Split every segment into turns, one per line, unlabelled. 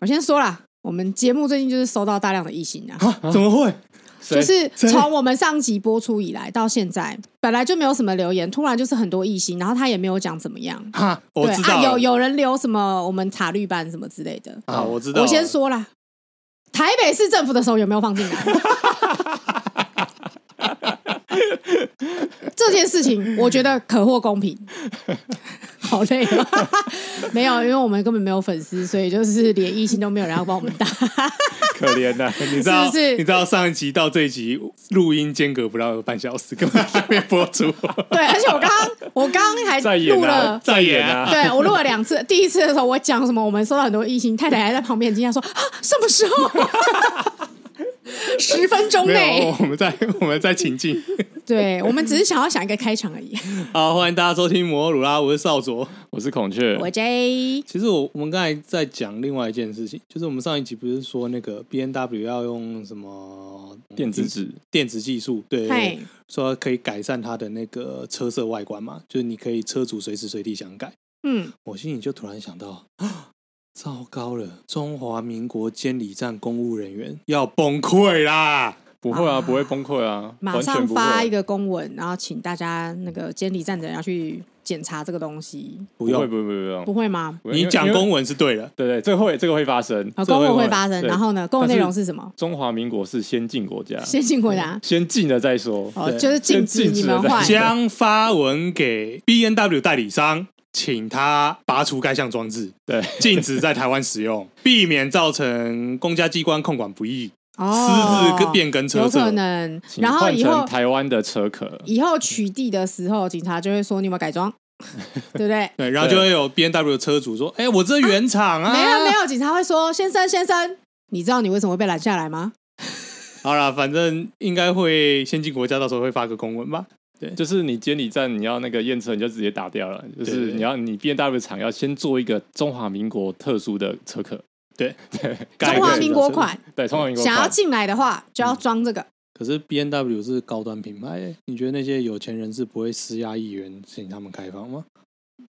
我先说啦，我们节目最近就是收到大量的异性啊，
啊？怎么会？
就
谁
是
谁
从我们上集播出以来到现在，本来就没有什么留言，突然就是很多异性，然后他也没有讲怎么样。
哈， 我
对
知道
啊，
了
有有人留什么我们塔绿班什么之类的，
啊？我知道。
我先，说啦，台北市政府的手有没有放进来？ 这件事情我觉得可获公平。好累啊！ 没有，因为我们根本没有粉丝，所以就是连异性都没有人要帮我们打。
可 怜的，你知道
是不是
你知道上一集到这一集录音间隔不到半小时，根本就没播出。
对，而且我刚刚我刚刚还
再演
录
啊
了，。
再演啊！
对我录了两次，第一次的时候我讲什么，我们收到很多异性，太太还在旁边很惊讶说：“啊，什么时候？ 十分钟
没
内
有，我们在我们在情境。
对，我们只是想要想一个开场而已。
好，欢迎大家收听摩鲁拉，我是少卓。
我是孔雀，
我 J，
其实我我们刚才在讲另外一件事情，就是我们上一集不是说那个 B N W 要用什么
电子纸
电子技术，对，
嗨，
说可以改善它的那个车色外观嘛，就是你可以车主随时随地想改。
嗯，
我心里就突然想到，啊，糟糕了，中华民国监理站公务人员要崩溃啦！
不会啊，不会崩溃啊，
马
完
上
全不
发一
会。
个公文，然后请大家那个监理站的人要去检查这个东西，
不
不会，
用，
不会，不会，
不会吗？
不会。因
你
为
讲，
因
公
为
文是对的，
对对，这个会，这个会发生。
啊，
这
公
会
文
会
会发生，
对
然后呢，公文
但
内
是啊
容是什么？
中华民国是先进国家，
先进回答。
先进了再说。
哦，
对
就是禁
先
止
禁止
你们
了
换
再见
将发文给 B N W 代理商，请他拔除该项装置，
对，
禁止在台湾使用， 避免造成公家机关控管不易，
哦
私，自变更车
有可
色。
能。
请
然后
换
以
成
后
台湾的车壳，
以后取缔的时候，警察就会说你有没有改装， 对不对？
对，然后就会有 B N W 的车主说：“哎、我这原厂啊，
没有没有，警察会说先生先生，你知道你为什么会被拦下来吗？
好啦，反正应该会先进国家，到时候会发个公文吧。
就是你监理站你要那个验车，你就直接打掉了。就
对对
是
对
你要你 B N W 厂要先做一个中华民国特殊的车壳，
对
对，
改
中华民国款，
对中华民国
想要
款。
进来的话就要装这个。
可是 B N W 是高端品牌、你觉得那些有钱人是不会施压议员请他们开放吗？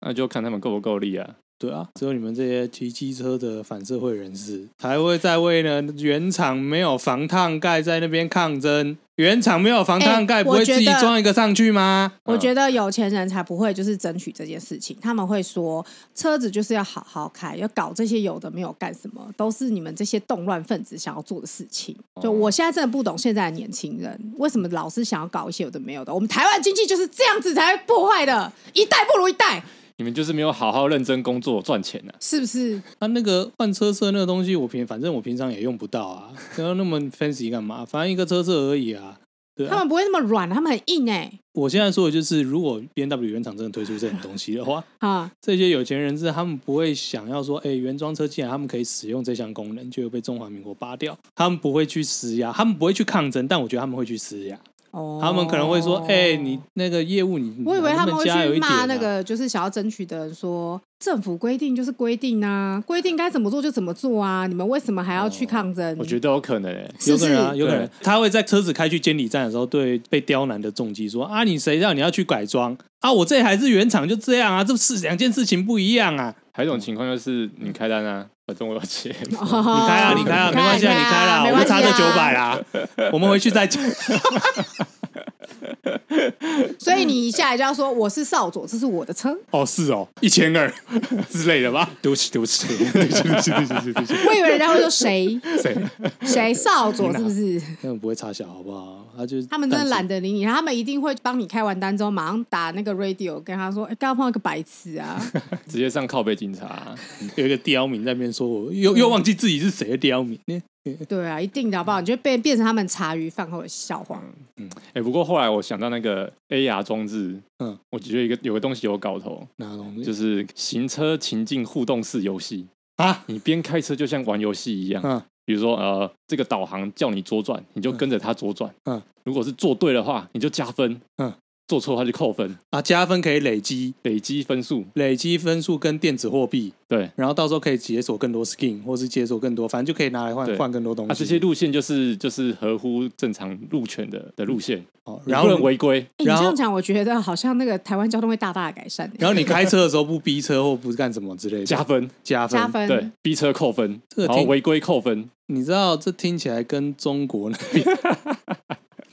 那就看他们够不够力啊。
对啊，只有你们这些骑机车的反社会人士，才会在为呢原厂没有防烫盖在那边抗争。原厂没有防烫盖，
哎
不会
我觉
自
得
己装一个上去吗？
我
啊
觉得有钱人才不会就是争取这件事情，他们会说车子就是要好好开，要搞这些有的没有干什么，都是你们这些动乱分子想要做的事情。
哦
就我现在真的不懂现在的年轻人为什么老是想要搞一些有的没有的，我们台湾经济就是这样子才会破坏的，一代不如一代，
你们就是没有好好认真工作赚钱啊。
是不是？
他、那个换车色那个东西，我平反正我平常也用不到啊，然后那么 fancy 干嘛？反正一个车色而已啊。对啊，
他们不会那么软，他们很硬哎、
我现在说的就是，如果 B N W 原厂真的推出这种东西的话，
啊，
这些有钱人士他们不会想要说，哎、原装车既然他们可以使用这项功能，就会被中华民国扒掉。他们不会去施压，他们不会去抗争，但我觉得他们会去施压。
哦，
他们可能会说，哎、你那个业务你，
我以为他们
们
会
加油
去
一点、啊、
骂那个就是想要争取的人说，政府规定就是规定啊，规定该怎么做就怎么做啊，你们为什么还要去抗争？
我觉得有可能欸诶、
是
有
不
可
是？
能、啊，有可能
对，
他会在车子开去监理站的时候，对被刁难的重击说：“啊，你谁让你要去改装啊？我这还是原厂，就这样啊，这是两件事情不一样啊。
还有一种情况就是你
嗯
开单啊，反正我有钱。
哦
你开 啊，你开啊，没关系啊，你开啦，我们差这
这
九百。啊啦，我们回去再讲。
所以你下来就要说我是少佐，这是我的车。
哦，是哦，一千二 之类的吧？对不起，对不起， 对不起，对不起，对不起，对不起，
我以为人家会说谁
谁？
谁少佐是不是？
他们不会差小，好不好？他就是
他们真的懒
得。
得理你，他们一定会帮你开完单之后马上打那个 radio 跟他说，哎，刚刚碰到一个白痴啊，
直接上靠背警察、啊嗯
有一个刁民在那边说我，又又忘记自己是谁的刁民。
对啊，一定的好不好？你就变变成他们茶余饭后的笑话。
嗯
哎、不过后来我想到那个 AR 装置，
嗯
嗯，我觉得一个有个东西有搞头，
哪东西？
就是行车情境互动式游戏
啊。
你边开车就像玩游戏一样，
嗯
比如说呃，这个导航叫你左转，你就跟着它左转，
嗯
嗯，如果是做对的话，你就加分，
嗯
嗯，做错他就扣分，
啊，加分可以累积，
累积分数。
累积分数跟电子货币，
对，
然后到时候可以解锁更多 skin，或是解锁更多，反正就可以拿来换
对
换更多东西。
啊，这些路线就是就是合乎正常路权的的路线，
哦，
你
然
不能
后
违规。
哎你
然
这
后
样讲，我觉得好像那个台湾交通会大大的改善、欸
然后你开车的时候不逼车或不干什么之类的，
加分，
加分
加分，
对，逼车扣分，
这个
然后
挺
违规扣分，
你知道这听起来跟中国那 边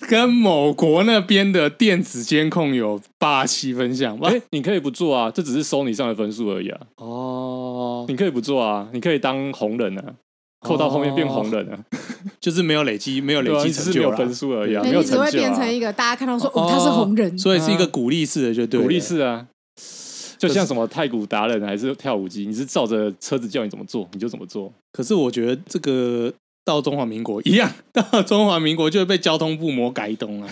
跟某国那边的电子监控有八七分像吧？
哎、你可以不做啊，这只是收你上的分数而已啊，
哦，
你可以不做啊，你可以当红人啊，扣到后面变红人
哦
啊，
就是没有累积，没有累
对啊，
积
你
成
只是没
就
有
啦
分数而已啊，
对
没
你
有
只
成
会
就
变
啊
成，一个大家看到说哦他是红人，
所以是一个鼓励式的，就对了，
鼓励式啊。就像什么太鼓达人还是跳舞机，你是照着车子叫你怎么做你就怎么做，
可是我觉得这个到中华民国一样，到中华民国就会被交通部魔改动 啊，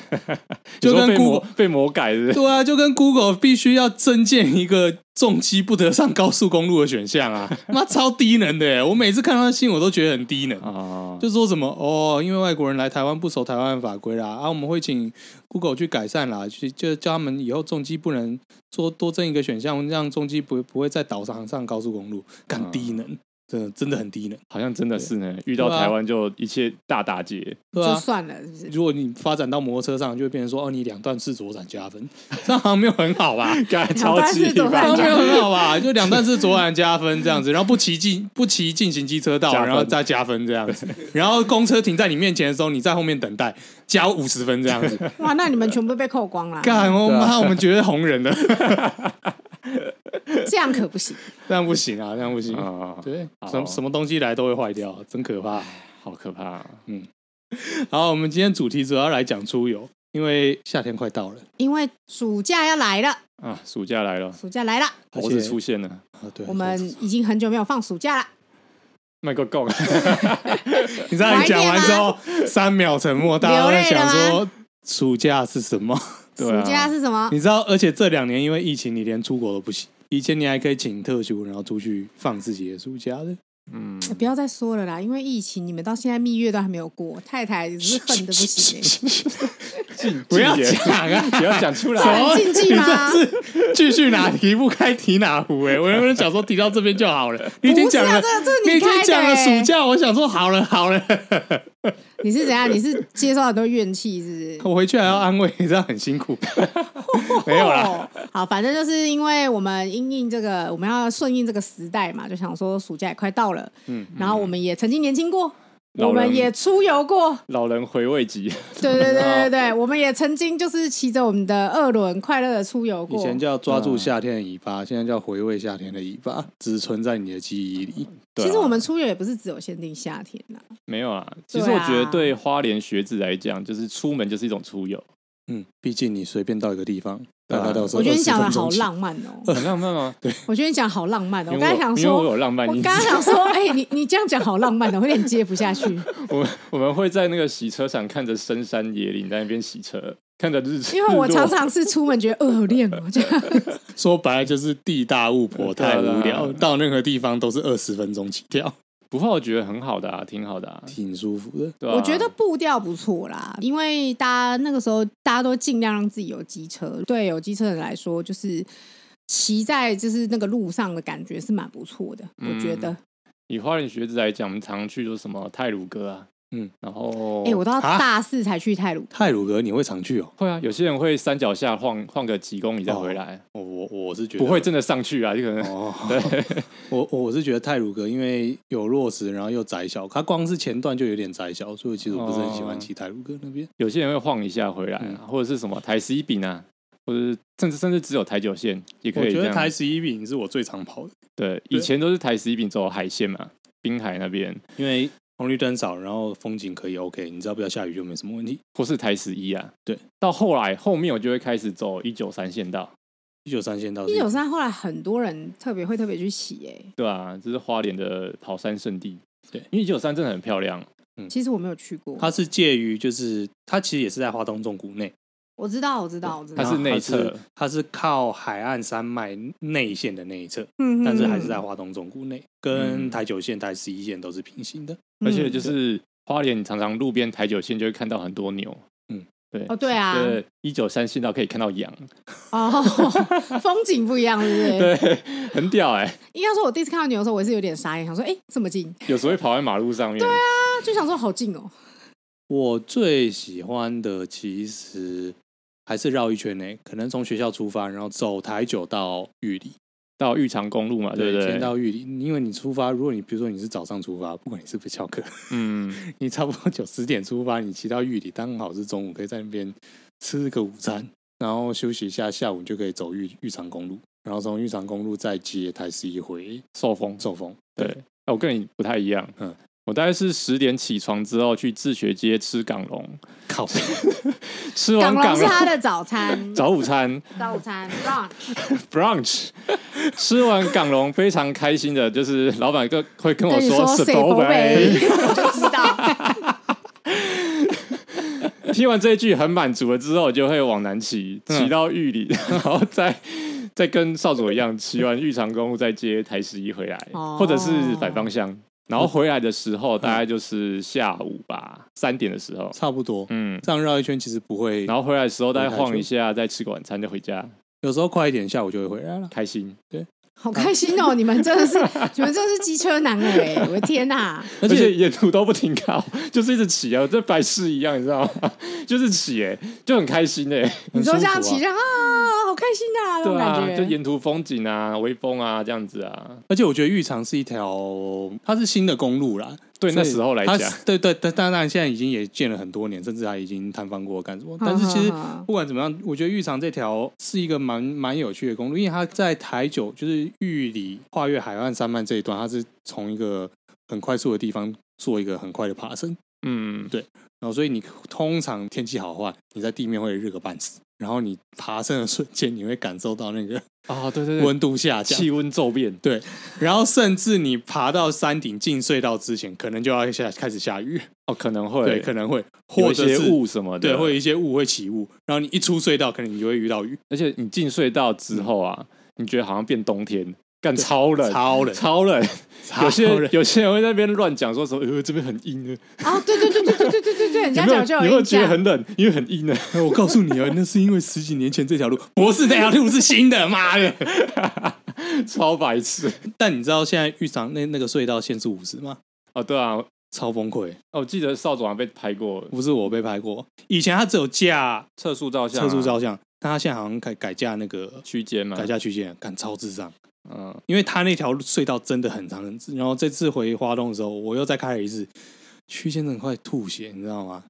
就
你
跟
说被魔
Google
被魔改的，
对啊，就跟 Google 必须要增建一个重机不得上高速公路的选项 啊，妈超低能的耶！我每次看到那新闻我都觉得很低能。
啊，
就说什么哦，因为外国人来台湾不守台湾法规啦，啊，我们会请 Google 去改善啦，去就叫他们以后重机不能做多增一个选项，让重机不不会在岛上上高速公路，干
啊
低能，真的真的很低能，
好像真的是呢，遇到
对啊
台湾就一切大打劫，
对
就
啊，
算了，是不 是？
如果你发展到摩托车上，就会变成说哦，你两段式左转加分， 这样好像没有很好 吧？
干
两
超
段
级
式左
这
转
样
加
没
分
有很好吧？就两段式左转加分这样子，然后不骑进不骑进行机车道，
加分
然后再加分这样子，然后公车停在你面前的时候，你在后面等待，加五十分这 样子。
哇，那你们全部被扣光 了，
干我
啊
妈，我们觉得红人 的，
这样可不行。
这样不行啊，这样不行。
啊，
对，
好
什什么东西来都会坏掉，真可怕。
好可 怕啊，
嗯好，我们今天主题主要来讲出游，因为夏天快到了
因为暑假要来了，
啊！暑假来了，
暑假来了，
而
猴
且
子出现了，
啊。对，
我们已经很久没有放暑假了。
卖个贡，
你知道你讲完之后，三秒沉默，大家都在想
流泪了
说暑假是 什么？
对啊
暑假是什么？
你知道，而且这两年因为疫情，你连出国都不行。以前你还可以请特休，然后出去放自己的暑假的。
嗯，
哎不要再说了啦，因为疫情，你们到现在蜜月都还没有过，太太只是恨的不 行、欸。
禁
不 要
禁言
讲啊
不要讲出
什
来
么，很禁忌吗
你这是继续哪题不该提哪壶哎、我原本想说提到这边就好了，你已经讲了，
不是啊这个这个你
已经讲了
开的欸
暑假，我想说好了好了，
你是怎样？你是接受很多怨气，是 不
我回去还要安慰，这样很辛苦。
是？没有啦。哦好，反正就是因为我们因应这个，我们要顺应这个时代嘛，就想说暑假也快到了，
嗯
嗯，然后我们也曾经年轻过，
老
我们
人
也出游过，
老人回味集，
对对对对对，我们也曾经就是骑着我们的二轮快乐的出游
以
过，
前叫抓
嗯
住夏天的尾巴，现在叫回味夏天的尾巴，只存在你的记忆里。
对啊
其实我们出游也不是只有限定夏天啦，
没有啊。其实
对
我
啊
觉得对花莲学子来讲，就是出门就是一种出游，
嗯，毕竟你随便到一个地方，
对
大
啊
概到时候
我觉得你
20
讲的
分钟
好
起
浪漫哦、
很浪漫吗？ 对，
我觉得你讲好浪漫哦、我
因为
刚才想
因为我
说，
有浪漫
我
因
刚
子
刚，想说，哎、你你这样讲好浪漫哦、我有点接不下去，
我 我们会在那个洗车场看着深山野岭，在那边洗车，看着日，
因为我
日落
常常是出门觉得，哦、好 亮哦、这样。
说白了就是地大物博，
对啊
太无
对啊
聊，到任何地方都是二十分钟起跳，
不过我觉得很好的啊，挺好的啊，
挺舒服的。
对吧啊
我觉得步调不错啦，因为大家那个时候大家都尽量让自己有机车，对有机车的人来说，就是骑在就是那个路上的感觉是蛮不错的，
嗯
我觉得。
哦
以花莲学子来讲，我们常去就什么泰鲁哥啊，
嗯
嗯，然后
哎、我都要
啊
大四才去泰鲁，
泰鲁格你会常去哦？
会啊，有些人会山脚下晃晃个几公里再回来，
我我我是觉得
不会真的上去啊，就可能、
哦。 我我是觉得泰鲁格因为有落石，然后又窄小，它光是前段就有点窄小，所以其实我不是很喜欢骑泰鲁格那边。
有些人会晃一下回来、啊，
嗯
或者是什么台十一饼啊，或者是甚至甚至只有台九线也可
我
以
觉
这
得台
样。
十一饼是我最常跑的，
对，以前都是台十一饼走海线嘛，滨海那边，
因为红绿灯少，然后风景可以 OK，你只要不要下雨就没什么问题。
或是台十一啊。
对，
到后来后面我就会开始走一九三线道，
一九三线道是
一九三后来很多人特别会特别去骑哎、
对啊，这是花莲的跑山圣地。
对，嗯
因为一九三真的很漂亮，
其实我没有去过，
它是介于就是它其实也是在花东纵谷内，
我知道，我知道，我知道，
啊它是内侧
然后它是它是靠海岸山脉内线的那一侧，
嗯
但是还是啊在
嗯
华东纵谷内，跟台九线、台十一线都是平行的。
嗯
而且就是花莲常常路边台九线就会看到很多牛，
嗯
嗯，对
哦，对啊，
对，一九三四道可以看到羊，
哦， 风景不一样，对不对？
对，很屌哎、
应该说，我第一次看到牛的时候，我也是有点傻眼，想说，哎，这么近，
有时候会跑在马路上面。对啊，
啊，就想说好近哦。
我最喜欢的其实还是绕一圈呢、可能从学校出发，然后走台九到玉里，
到玉长公路嘛，对不
先
对？
到玉里，因为你出发，如果你比如说你是早上出发，不管你是不是翘课，
嗯，
你差不多九十点出发，你骑到玉里，刚好是中午，可以在那边吃个午餐，然后休息一下，下午你就可以走玉玉长公路，然后从玉长公路再接台十一回
受风。
寿丰，
对，啊我跟你不太一样，
嗯
嗯，我大概是十点起床之后去自学街吃港龙，
靠北，
吃
港
完
龙
啊港
是
龙
他的早餐，
早午餐
早午餐 brunch，
brunch，吃 完港龙非常开心的，就是老板跟会跟我
跟你说
是
谁
宝
不
贝
背，，我就知道。
听完这一句很满足了之后，我就会往南骑，
嗯
骑到玉里，然后再再跟少佐一样骑完玉长公路，再接台十一回来，
哦
或者是反方向。然后回来的时候大概就是下午吧，三点的时候，
差不多。
嗯，
这样绕一圈其实不会，
然后回来的时候大概晃一下，再吃个晚餐就回家，
有时候快一点，下午就会回来了。
开心。
好开心
啊
哦！你们真的是，你们真的是机车男哎！我的天哪，
而且沿途都不停靠， 就是一直骑啊，这白痴一样，你知道吗？ 就是骑、欸，就很开心哎、
你说这样
很舒服啊
骑着啊，好开心啊，那种
对啊，就
感觉。
沿途风景啊、微风啊这样子啊。
而且我觉得玉长是一条，它是新的公路啦。
对
所
那
以
时候来
它
讲，
是对对，但当然现在已经也建了很多年，甚至它已经摊贩过干什么。但是其实
嗯哼哼哼
不管怎么样，我觉得玉长这条是一个蛮蛮有趣的公路，因为它在台九就是玉里跨越海岸山脉这一段，它是从一个很快速的地方做一个很快的爬升。
嗯，
然后所以你通常天气好坏，你在地面会热个半死，然后你爬升的瞬间，你会感受到那个
啊，对对对，
温度下降，
气温骤变，
对，然后甚至你爬到山顶进隧道之前，可能就要下开始下雨，
哦，可能会
对，可能会
有
或
一
者
些
是
雾什么的，
对，会有一些雾会起雾，然后你一出隧道，可能你就会遇到雨，
而且你进隧道之后啊，你觉得好像变冬天，干超冷，
超 冷，
超冷，
超
有些
冷
有些人会在那边乱讲说什么，呃，这边很阴啊，
哦，对对对对对对对对对，人
有
家
没有
讲就
有没有
印
觉得
象。
很冷？因为很 阴啊，
哎我告诉你啊，那是因为十几年前这条路不是那条路是新的，妈 的！
超白痴
但你知道现在玉长那那个隧道限速五十吗？
哦，对啊，哦
超崩溃，
我记得邵总还被拍过
不是我被拍过，以前它只有架
测速照相啊，
测速照相，但它现在好像改改架那个
区间嘛
改，架区间，干超智障。
嗯，
因为他那条隧道真的很长很直。然后这次回花东的时候，我又再开了一次，区间真的快吐血，你知道吗？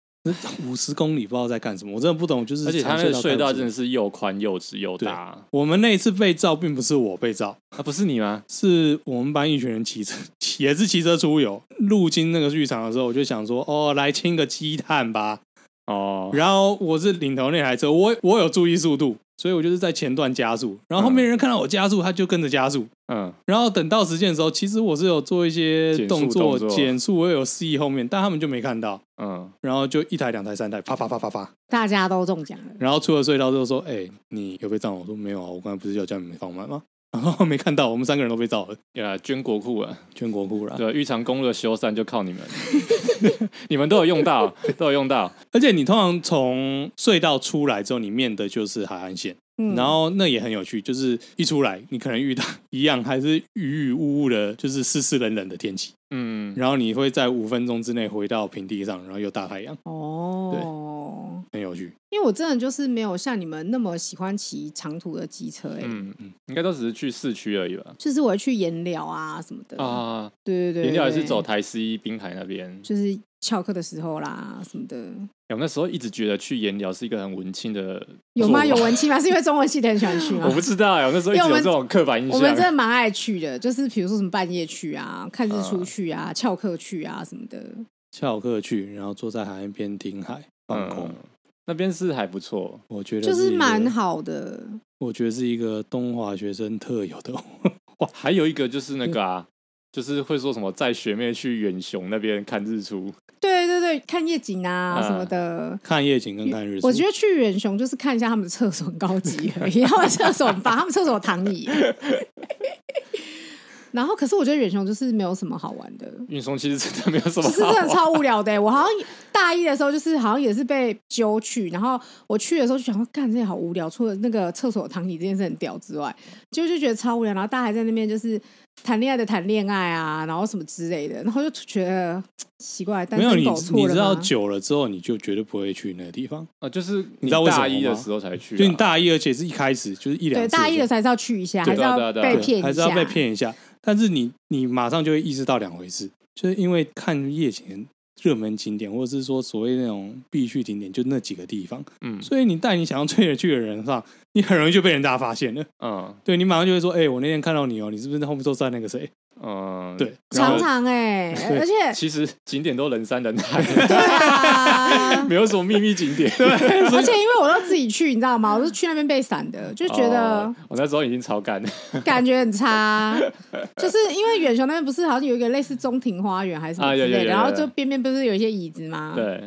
五十公里不知道在干什么，我真的不懂。就是
而且他那个隧道真的
是，
是又宽又直又大，
我们那一次被照，并不是我被照，
啊，不是你吗？
是我们班一群人骑车， 也是骑车出游，路经那个浴场的时候，我就想说，哦，来清个积碳吧。
哦，
然后我是领头那台车，我我有注意速度，所以我就是在前段加速，然后后面人看到我加速，他就跟着加速。
嗯，
然后等到时间的时候，其实我是有做一些
减速
动作
动作
减速，我也有示意后面，但他们就没看到。
嗯，
然后就一台、两台、三台，啪啪啪啪啪。
大家都中奖了，
然后出了隧道之后说：“哎、你有被照吗？”我说：“没有啊，我刚才不是叫叫你们放慢吗？”然后没看到，我们三个人都被照了，
呀，捐国库啊，
全国忽然。
对，玉长公路的修缮就靠你们，你们都有用到，都有用到。
而且你通常从隧道出来之后，你面的就是海岸线，
嗯
然后那也很有趣，就是一出来，你可能遇到一样还是雨雨雾雾的，就是湿湿冷冷的天气，
嗯，
然后你会在五分钟之内回到平地上，然后又大太阳，
哦，
很有趣。
因为我真的就是没有像你们那么喜欢骑长途的机车哎、
嗯嗯，应该都只是去市区而已吧？
就是我会去盐寮啊什么的，
啊，
对对对，
原料也是
对
走台西滨海那边。
就是翘课的时候啦什么的，
哎我那时候一直觉得去盐寮是一个很文青的，
有吗？有？文青吗？是因为中文系的很喜欢去吗
我？不知道哎，我那时候一直有这种刻板印
我们真
象。
的
嗯
蛮爱去的，就是比如说什么半夜去啊、看日
嗯
出去啊、翘课去啊什么的。
翘课去，然后坐在海岸边听海放空，
嗯，那边是还不错。
我觉得
就是
一个
蛮，好的，
我觉得是一个东华学生特有的。
还有一个就是那个
嗯
啊，就是会说什么载学妹去远雄那边看日出。
对对对，看夜景啊
嗯
什么的。
看夜景跟看日出，
我觉得去远雄就是看一下他们的厕所 很高级而已，他们厕所很棒，他们厕所有躺椅。 然后可是我觉得远雄就是没有什么好玩的，
运送其实真的没有什么
其
好玩，啊
实真的超无聊的欸、我好像大一的时候，就是好像也是被揪去，然后我去的时候就想说，干这也好无聊。除了那个厕所躺椅这件事很屌之外，结果就觉得超无聊。然后大家还在那边就是谈恋爱的谈恋爱啊，然后什么之类的，然后就觉得奇怪，单
没有
身
你
狗，
你
错了
知道
吗
久了之后，你就绝对不会去那个地方。
啊，就是
你知道为什么
大一的
吗
时候才去、啊，
就你大一，而且是一开始就是一两
对
次
大一的
时
才是要去一下，还
对
是
对啊
要
对啊
被
候
才
对
骗一下，
还是要被骗一下。但是你你马上就会意识到两回事，就是因为看夜景热门景点，或者是说所谓那种必去景点，就那几个地方，
嗯
所以你带你想要追的去的人上，你很容易就被人家发现了。
嗯
对你马上就会说，哎、我那天看到你哦、你是不是在后面都在那个谁？
嗯，
对，然
常
后
常哎、
对
而 且
其实景点都人山人海，
对啊
没。有什么秘密景 点。
而且因为我都自己去，你知道吗？我是去那边被闪的， 就觉得、
哦我那时候已经超干了，
感觉很差，就是因为远雄那边不是好像有一个类似中庭花园还是什么
啊有
之类的，
有有有
然后
有
就边边不是有一些椅子吗？，
对，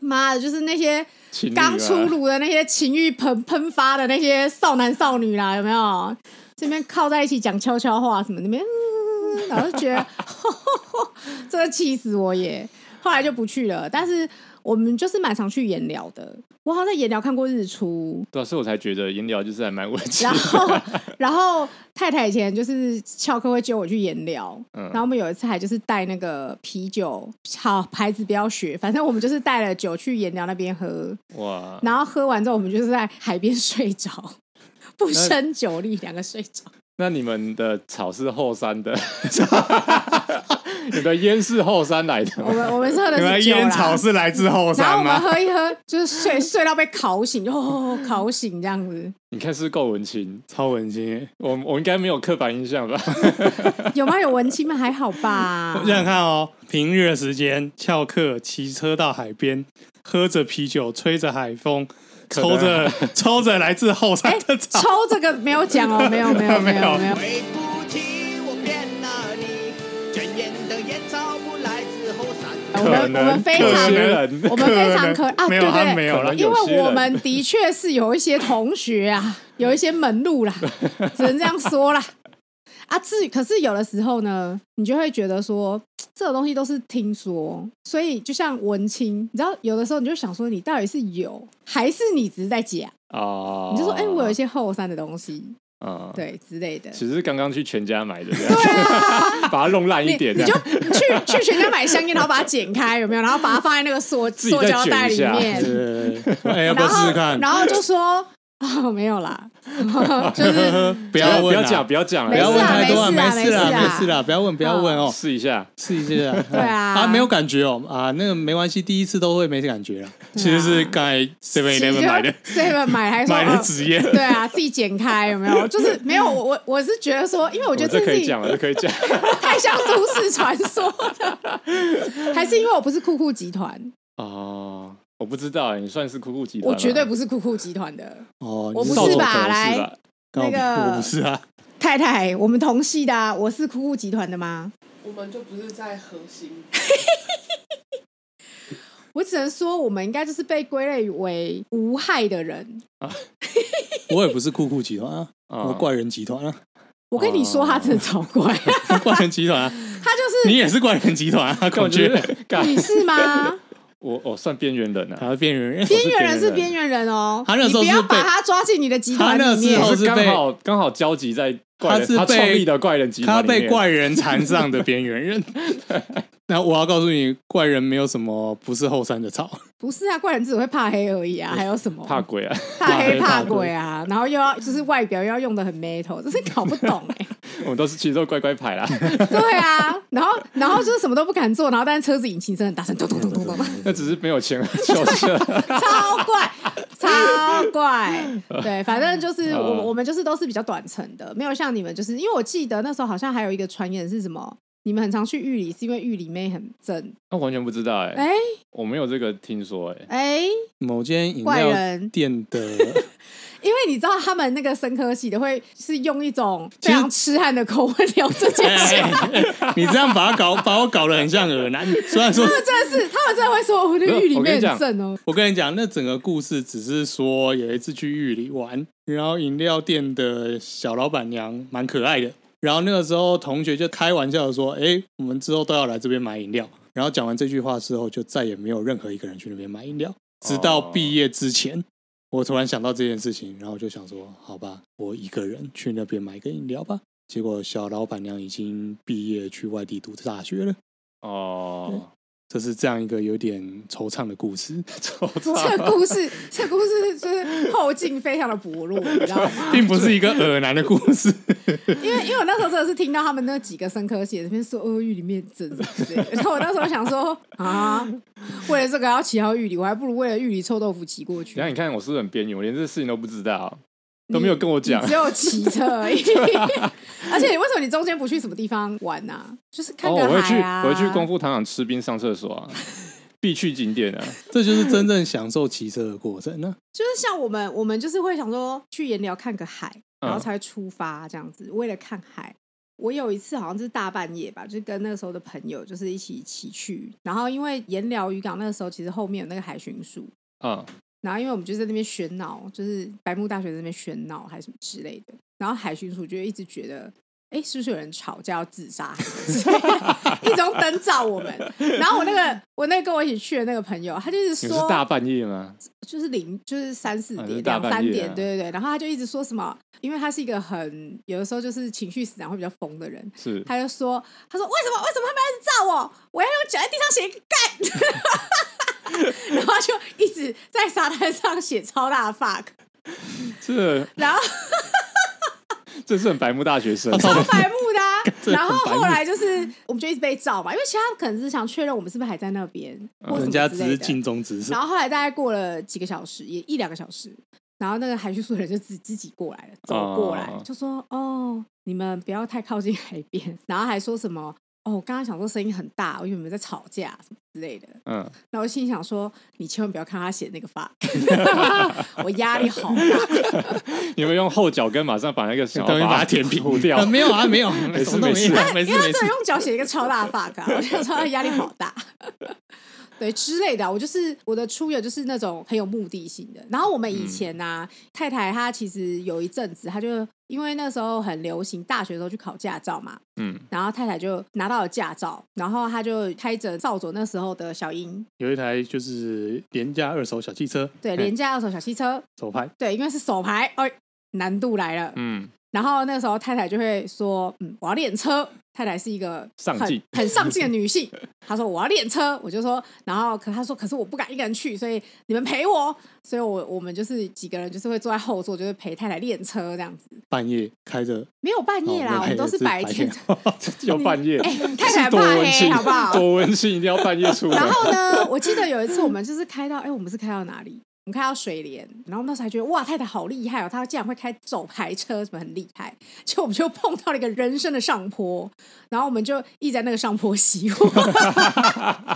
妈的，就是那些
情侣啊
啊刚出炉的那些情欲喷喷发的那些少男少女啦，有没有？这边靠在一起讲悄悄话什么，那边、嗯然后就觉得 真的气死我也。后来就不去了，但是我们就是蛮常去盐寮的。我好像在盐寮看过日出，
对啊，所以我才觉得银疗就是还蛮温情
然。后，然后太太以前就是翘课会揪我去研聊，
嗯
然后我们有一次还就是带那个啤酒，好牌子不要学，反正我们就是带了酒去研聊那边喝，
哇，
然后喝完之后我们就是在海边睡着， 不胜酒力，两个睡着。
那你们的草是后山的， 你的烟是后山来的
我
吗？
们 我们是喝的是酒啦。
是来自后
然后我们？喝一喝，就是睡睡到被烤醒，就、哦、烤醒这样子，
你看是够文青，
超文青耶，
我我应该没有刻板印象吧？
有吗？有文青吗？还好吧
我。想想看哦，平日的时间翘课，骑车到海边，喝着啤酒，吹着海风，
可能
抽着抽着来自后 山的草。
哎抽这个没有讲哦，没有没有没有没有，
对不起，我骗了你，卷烟的烟草不来自后山。
我们哎我们非
有
常
些人
我们非常可啊，
没
对
有，他
对
没
对。
有了
可能。
因
有些
为
人
我们的确是有一些同学啊，有一些门路啦，只能这样说啦。啊，至于可是有的时候呢，你就会觉得说这种东西都是听说，所以就像文青，你知道，有的时候你就想说，你到底是有还是你只是在讲？
哦，
你就说，哎、我有一些后山的东西，
啊，
对之类的。
其实是刚刚去全家买的，这样 把它弄烂
啊你
一点，
你
这
就
样
去去全家买香烟，然后把它剪开，有没有？然后把它放在那个塑
自己
塑
再
胶袋
卷一
里
下
面，
对，哎，要不
然
要试
后
试看？
然后就说啊，没有 啦，就是
不
不
要
不
问
要
啊，
讲，不要讲了，
不
没
要
事
问
啊
太多啊，
没事啊没
事啦，
事啊
没事啦，不要问，不要问哦，
试一下，
试 一下。
对啊
啊，没有感觉哦，啊，那个没关系，第一次都会没感觉啦。
啊
其实是刚才 Seven Eleven 买的，
，seven 买还说
买的
哦
纸烟。
啊对啊，自己剪开有没有？就是没有，我我我是觉得说，因为我
我
觉
们
得
这可
自
以
己
讲了，这可以讲。
太像都市传说了， 还是因为我不是酷酷集团，
哦，我不知道欸，你算是酷酷集团
我
吗？
绝对不是酷酷集团的
哦，
我
你
不
少
是
佐
吧
藤
来
是吧？
刚好
那个
我不 是啊，
太太，我们同系的、啊，我是酷酷集团的吗？
我们就不是在核心，
我只能说，我们应该就是被归类为无害的人。
我也不是酷酷集团啊，
嗯
我怪人集团啊，
我跟你说，他真的超怪，
怪人集团啊，
他就是
你也是怪人集团啊，
但我
孔
觉
雀，
得，干
你是吗？
我我算边缘人
还
啊，
要变人。
边缘人是边缘人哦，
他那时候
你
是
不要把
被
他抓进你的集团里
他那时候
面。
是
刚
被
好刚好交集在怪
他
人，
是
他
被
创立的怪人集团
他
里面，
被怪人缠上的边缘人。 那我要告诉你，怪人没有什么不是后山的草，
不是啊，怪人只会怕黑而已啊，还有什么
怕鬼啊！
怕黑
怕
怕
黑
鬼啊？然后又要就是外表又要用的很 metal，真是搞不懂哎、
我们都是其实都是乖乖牌啦，
对啊，然后然后就是什么都不敢做，然后但是车子引擎声很大声，咚咚咚咚 咚，
那只是没有钱而 已就是了。
超怪，超怪。 对，反正就是我
呃
我们就是都是比较短程的，没有像你们就是因为我记得那时候好像还有一个传言是什么，你们很常去玉里是因为玉里妹很正，
那完全不知道哎，
哎
我没有这个听说哎，
哎、
某间饮
怪
料
人
店的，
因为你知道他们那个生科系的会是用一种非常痴汉的口吻聊这件 事，
哎 你这样把他搞把我搞得很像耳男。虽然说，
真的是他们真的会说我的玉里面很正哦，
我跟你讲，那整个故事只是说有一次去玉里玩，然后饮料店的小老板娘蛮可爱的，然后那个时候同学就开玩笑的说：“哎，我们之后都要来这边买饮料。”然后讲完这句话之后，就再也没有任何一个人去那边买饮料，直到毕业之前。我突然想到这件事情，然后我就想说，好吧，我一个人去那边买个饮料吧。结果小老板娘已经毕业去外地读大学了，
哦，
这是这样一个有点惆怅的故事，
这个故事，这个故事就是后劲非常的薄弱，你知道 吗？
并不是 一个恶男的故事。
因为因为我那时候真的是听到他们那几个生科写那边说哦，狱里面整之类的，然后我那时候想说啊，为了这个要骑到狱里，我还不如为了狱里臭豆腐骑过去
等一下。你看我是不是很边缘？我连这事情都不知道，啊都没有跟我
你
讲。啊
只有骑车而已。 而且你为什么你中间不去什么地方玩呐、啊？就是看
哦，
个
我会去
海，啊，
我会去功夫糖厂吃冰上厕所啊，必去景点啊。
这就是真正享受骑车的过程 呢、
就是像我们，我们就是会想说去盐寮看个海，
嗯
然后才会出发这样子，为了看海。我有一次好像是大半夜吧，就是跟那个时候的朋友就是一起骑去，然后因为盐寮渔港那个时候其实后面有那个海巡署，
嗯，
然后因为我们就在那边喧闹，就是白木大学在那边喧闹还是什么之类的，然后海巡署就一直觉得，哎，是不是有人吵架要自杀， 一种灯照我们。然后我那个我那个跟我一起去的那个朋友，他就是
你
说
是大半夜吗？
就是零就是三四
啊
哦
点、
就是大
两
半
三
夜
点，
啊
对对对。然后他就一直说什么，因为他是一个很有的时候就是情绪死长会比较疯的人，
是
他就说他说为什么为什么他们要一直照我？我要用脚在地上写一个干， 然后他就一直在沙滩上写超大的 fuck，
这
然后
这是很白目大学生，
超白目的 啊、
这
然后
很白目
后来就是我们就一直被照嘛，因为其他可能是想确认我们是不是还在那边，或什
哦人
么
家
之
只
类
是
的啊
尽忠职守
然。后后来大概过了几个小时，也一两个小时，然后那个海巡署的人就自自己过来了，走过来、
哦
就说：“哦，你们不要太靠近海边。” 然后还说什么：“哦，我刚刚想说声音很大，我以为你们在吵架什么之类的。
嗯，”
然后我心里想说：“你千万不要看他写那个发， 我压力好大。
你们用后脚跟马上把那个小
等于把它填平
平掉
啊，没有啊， 没有，
事
什么啊都
没事
有
因为
没事
他
没
真的
事。
用脚写一个超大的 fuck，、啊、我就说他压力好大，对之类的啊。我就是我的出游就是那种很有目的性的。然后我们以前呢、啊，太太她其实有一阵子，她就因为那时候很流行大学的时候去考驾照嘛，
嗯，
然后太太就拿到了驾照，然后她就开着少佐那时候的小鹰，
有一台就是廉价二手小汽车，
对，廉价二手小汽车，
手牌，
对，因为是手牌，哎，难度来了，
嗯，
然后那时候太太就会说：“嗯，我要练车。”太太是一个
上
很
进
很上进的女性。她说：“我要练车。”我就说，然后可她说：“可是我不敢一个人去，所以你们陪我。”所以我，我们就是几个人，就是会坐在后座，就是陪太太练车这样子。
半夜开着，
没有半夜啦，
哦
我们都是白天。
要半夜，
太哎太
多
怕
文
黑，
青
好不好？
多文青一定要半夜出门
然，后呢，我记得有一次我们就是开到，哎、我们是开到哪里？我们开到水莲，然后我们那时候还觉得哇，太太好厉害哦，她竟然会开走牌车，什么很厉害。结果我们就碰到了一个人生的上坡，然后我们就一直在那个上坡熄火。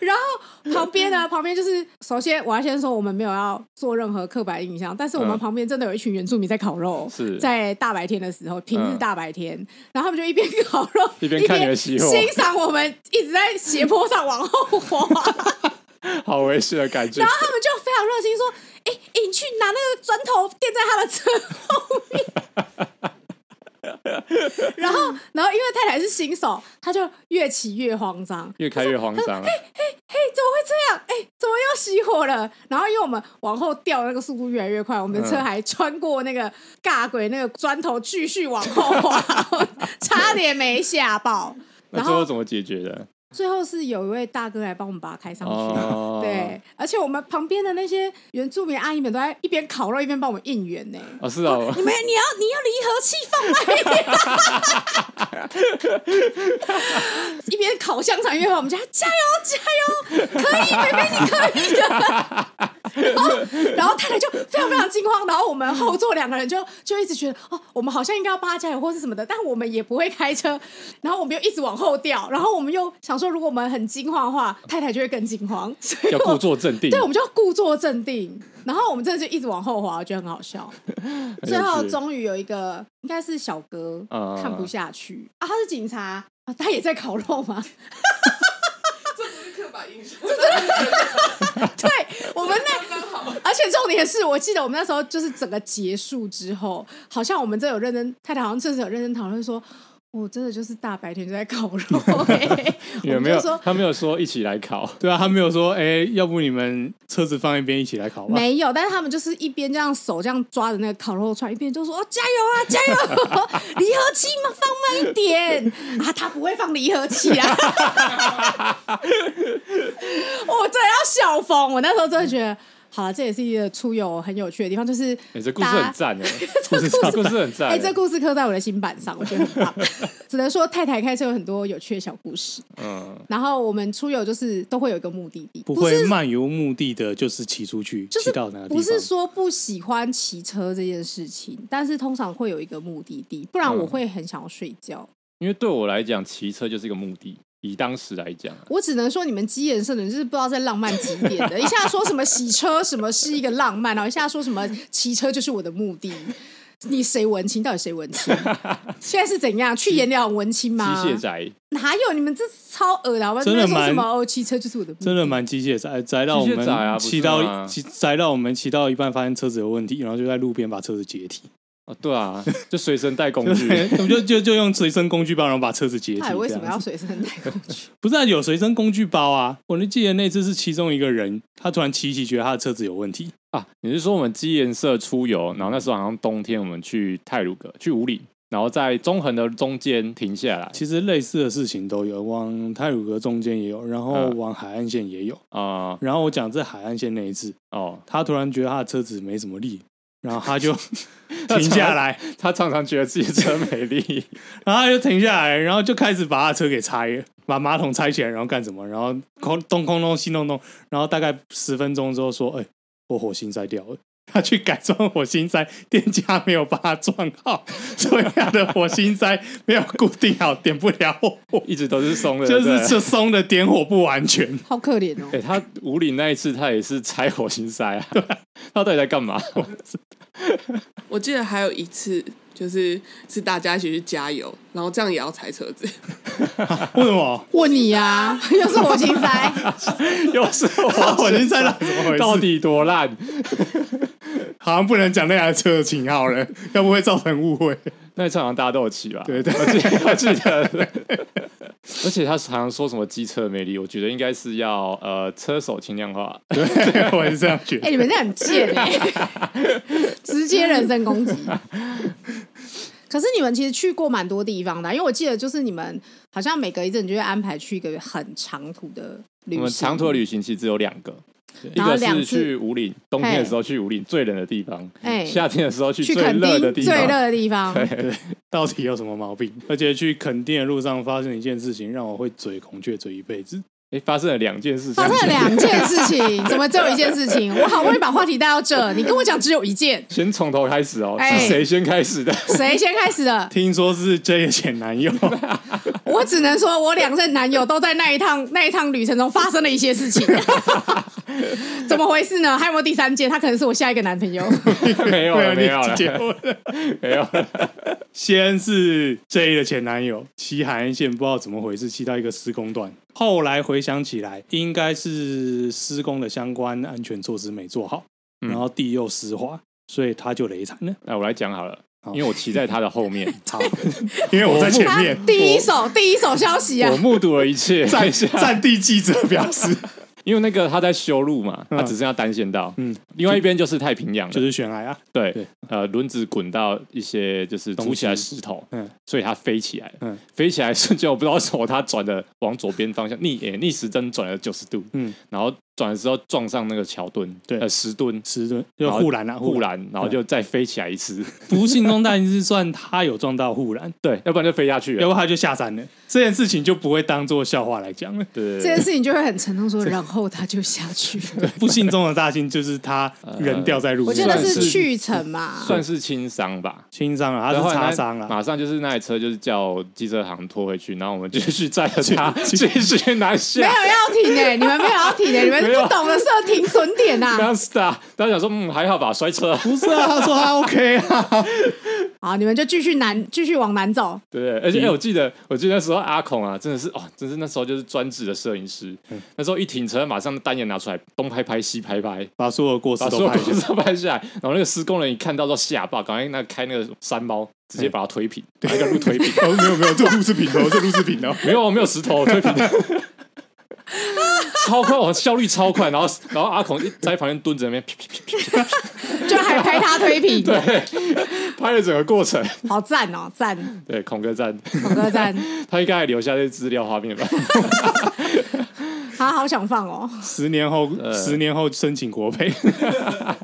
然后旁边呢，旁边就是首先我要先说，我们没有要做任何刻板印象，但是我们
嗯
旁边真的有一群原住民在烤肉，
是
在大白天的时候，平日
嗯
大白天，然后他们就一边 烤肉
一边看你们熄火
欣赏我们一直在斜坡上往后 滑，然后
好危险的感觉。
他们就非常热心说：“哎、哎，你去拿那个砖头垫在他的车后 面。”然后，然后因为太太是新手，他就越骑越慌张，
越开越慌张了，啊
哎、怎么会这样？哎、怎么又熄火了？然后因为我们往后掉，那个速度越来越快，我们的车
嗯
还穿过那个尬轨那个砖头，继续往后 滑，差点没吓爆。
那
然
最后
后
怎么解决的？
最后是有一位大哥来帮我们把它开上去。
哦，
对，而且我们旁边的那些原住民阿姨们都在一边烤肉一边帮我们应援呢、
哦，是哦
你，们你要你要离合器放慢一 点，一边烤香肠一边喊我们家加油加油，可以，妹妹你可以的。 然后然后太太就非常非常惊慌，然后我们后座两个人就就一直觉得哦，我们好像应该要帮他加油或是什么的，但我们也不会开车，然后我们又一直往后掉，然后我们又想说，如果我们很惊慌的话，太太就会更惊慌，所以
要
我
故作镇 定。
对，我们就故作镇定，然后我们真的就一直往后滑，我觉得很好笑。最后终于有一个应该是小哥、
啊
看不下去啊，他是警察啊，他也在烤肉吗？
这不是刻板印象，这真的
对我们那，
刚刚好。
而而且重点是我记得我们那时候就是整个结束之后，好像我们这有认真，太太好像真的有认真讨论说。我真的就是大白天就在烤肉、 欸，我
有
们
没
就
有
说？
他没有说一起来考，
对啊，他没有说，哎、要不你们车子放一边一起来烤吧？
没有，但是他们就是一边这样手这样抓着那个烤肉串，一边就说：“哦，加油啊，加油！ 离合器嘛，放慢一点 啊，他不会放离合器啊。” 我真的要笑疯，我那时候真的觉得，好了，这也是一个出游很有趣的地方，就是
哎，这故事
大
很
家。
赞哎，
这故事
故事很赞
哎、
欸，
这故事刻在我的心板上，我觉得很棒。 只能说太太开车有很多有趣的小故事。
嗯，
然后我们出游就是都会有一个目的地，
不
不是
会漫无目的的，就是骑出去，
就
骑
是
到哪个地
不
方？
是说不喜欢骑车这件事情，但是通常会有一个目的地，不然我
嗯
会很想要睡觉。
嗯
因为对我来讲，骑车就是一个目的。以当时来讲啊，
我只能说你们基人社的人就是不知道在浪漫几点 的，一下说什么洗车什么是一个浪漫，然后一下说什么骑车就是我的目的。你谁文青？到底谁文 青？现在是怎样？去颜料很文青
机
吗？
械宅，
哪有你们这超恶的？好吧
真的
那边说什
蛮
么哦，骑车就是我的目的，
真的蛮机械宅，宅到我
机械宅啊
们
不是
骑到
吗
骑宅到我们骑到一半，发现车子有问题，然后就在路边把车子解体，
哦，对啊，就随身带工
就
具，
是我们就就就用随身工具包，然后把车子解体。
到底哎为什
这
么
样
要
子
随身带工具？
不是、啊、有随身工具包啊？我就记得那次是其中一个人，他突然骑一骑，觉得他的车子有问题，
啊，你是说我们基研社出游，然后那时候好像冬天，我们去泰鲁阁，去五里，然后在中横的中间停下来
其实类似的事情都有，往泰鲁阁中间也有，然后
嗯
往海岸线也有。
啊、
然后我讲这海岸线那一次，
哦，
他突然觉得他的车子没什么力，然后他就 停下来，
他常常觉得自己车没 力，
然后他就停下来，然后就开始把他的车给拆了，把马桶拆起来，然后干什么？然后空东空东西弄弄，然后大概十分钟之后说：“哎、我火星塞掉了。” 他去改装火星塞，店家没有把它装好，所以他的火星塞没有固定好，点不了火，
一直都是松的，
就
对不
是
对
就松的点火不完全。
好可怜哦
哎、！他五里那一次，他也是拆火星塞啊，他到底在干嘛？
我记得还有一次，就是是大家一起去加油，然后这样也要踩车子。
为 什么？
问你呀、啊，又是我心塞。
又是
他
我
火星塞烂怎么回事？
到底多烂？
好像不能讲那台车的型号了，要不会造成误会。
那常常大家都有骑吧？
对对
我记得，我记得。 而且他常常说什么机车没力，我觉得应该是要呃车手轻量化，
对，我也是这样觉
哎、
得。
你们这样很贱哎、直接人身攻击。可是你们其实去过蛮多地方的啊、因为我记得就是你们好像每隔一阵就会安排去一个很长途的旅
我
行，
们长途的旅行其实只有两个，一
然后
个
两
是
次
去五岭，冬天的时候去五岭最冷的地方，
哎
夏天的时候去
去
最
垦
热的
丁
地
最
方，
热的地方，
到底有什么毛病？ 而且去垦丁的路上发生一件事情，让我会嘴孔雀嘴一辈子。
哎、发生了两件事情，
发生了两件事情，怎么只有一件事情？我好不容易把话题带到这，你跟我讲只有一件，
先从头开始哦，
哎
是谁先开始的？
谁先开始的？
听说是 J 的前男友，
我只能说，我两任男友都在那一趟那一趟旅程中发生了一些事情， 怎么回事呢？还有没有第三件？他可能是我下一个男朋 友。
没有了，没有了，
结婚了。
没有了。
先是 J 的前男友骑海岸线，不知道怎么回事，骑到一个施工段。后来回想起来，应该是施工的相关安全措施没做好，
嗯
然后地又湿滑，所以他就雷惨 了。
那我来讲好了，
好
因为我骑在他的 后面，
好，因为我在前
他
面，
第一手第一手消息啊
我，目睹了一 切。
战战地记者表 示，
因为那个他在修路嘛，
嗯
他只剩下单线道，
嗯，
另外一边就是太平洋了，
就是悬崖啊，对
对，呃，轮子滚到一些就是凸起来的
东西
石头，
嗯
所以它飞起来了，
嗯
飞起来瞬间我不知道为什么它转的往左边方向逆诶逆时针转了九十度，
嗯，
然后转的时候撞上那个桥墩，
对
呃石墩，
石墩就
然后
护栏啊，
护栏，然后就再飞起来一次，
不幸中，但是算他有撞到护栏，
对， 要不然就飞下去
要
了，
不他就下山了。这件事情就不会当做笑话来讲了。
对
这
对
件事情就会很沉重说，然后他就下去了。
不幸中的大幸就是他人掉在路
我记
上，
得
算
是
是
去程嘛，
算是轻伤吧。
轻伤了，他
然后啊
是
后
擦
来那
伤了。
马上就是那台车就是叫机车行拖回去，然后我们继续载着 他继续南
没
啊
下
有。要停哎，你们没有要停哎，你们
没有
不懂得设停损点呐。啊
当时他，他想说，嗯，还好吧，摔车。
不是啊，他说他 OK 啊，
好，你们就继续南，继续往南走。
对，而且、哎我记得，我记得那时候阿孔啊，真的是哦，真是那时候就是专职的摄影师。
嗯
那时候一停车，马上单眼拿出来，东拍拍西拍拍，
把所有的过失
把所
都
有
拍
故
下来。
事都拍下来。然后那个施工人一看到都吓爆，赶快那个开那个山猫，直
嗯
接把它推平，把那个路推平。
哦，没有没有，这路是平的哦，这路是 平的哦。
没有，没有石头，推平的。 超快，我效率超快，然后然后阿孔一在旁边蹲着那边，啪啪啪啪
就还拍他 推皮，
啪拍了整个过程。
好赞哦，赞，
对，孔哥赞，
孔哥赞，
他应该还留下这资料画面吧？
他好想放哦。
十年后，
呃
十年后申请国赔，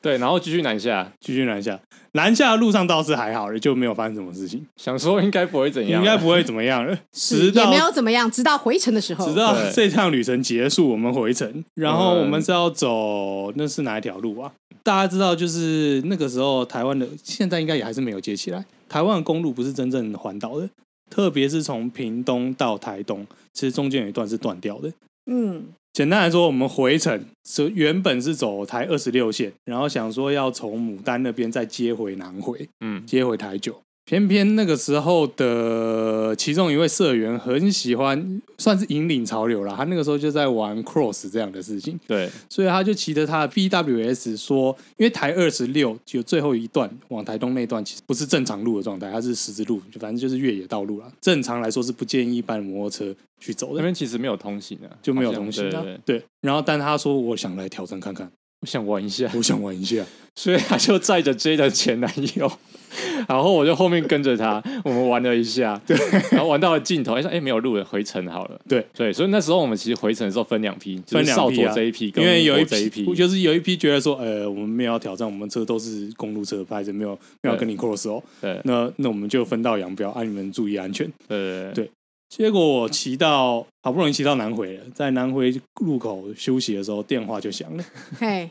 对，然后继续南下，
继续南下。南下的路上倒是还好了，就没有发生什么事情，
想说应该不会怎样，啊
应该不会怎么样了。直
也
到
没有怎么样，直到回程的时候，
直到
对
这趟旅程结束，我们回程，然后我们是要走那是哪一条路啊？大家知道，就是那个时候台湾的，现在应该也还是没有接起来。台湾的公路不是真正环岛的，特别是从屏东到台东，其实中间有一段是断掉的。
嗯，
简单来说，我们回程是原本是走台二十六线，然后想说要从牡丹那边再接回南回，
嗯，
接回台九。偏偏那个时候的其中一位社员很喜欢，算是引领潮流啦。他那个时候就在玩 cross 这样的事情，
对，
所以他就骑着他的 BWS 说，因为台二十六就最后一段往台东那段其实不是正常路的状态，它是十字路，就反正就是越野道路啦。正常来说是不建议一般摩托车去走
那
的，
边其实没有通行啊，
就没有
好像
东西
对
的。
对对
对，然后但他说我想来挑战看看，
我想玩一下，
我想玩一下。
所以他就载着 J 的前男友， 然后我就后面跟着他，我们玩了一下，对，然后玩到了尽头，哎说哎没有路了，回程好了，
对
对，所以那时候我们其实回程的时候分两批，就
分
是
两
少
批
佐
啊，
这一批跟
因为有
我
一
这一批，
就是有一批觉得说，呃，我们没有要挑战，我们车都是公路车牌子，没有没有
对
跟你 cross 哦。
对对
那那我们就分道扬镳，啊，你们注意安全。
对
对结果我骑到好不容易骑到南回了，在南回路口休息的时候，电话就响了。
嘿，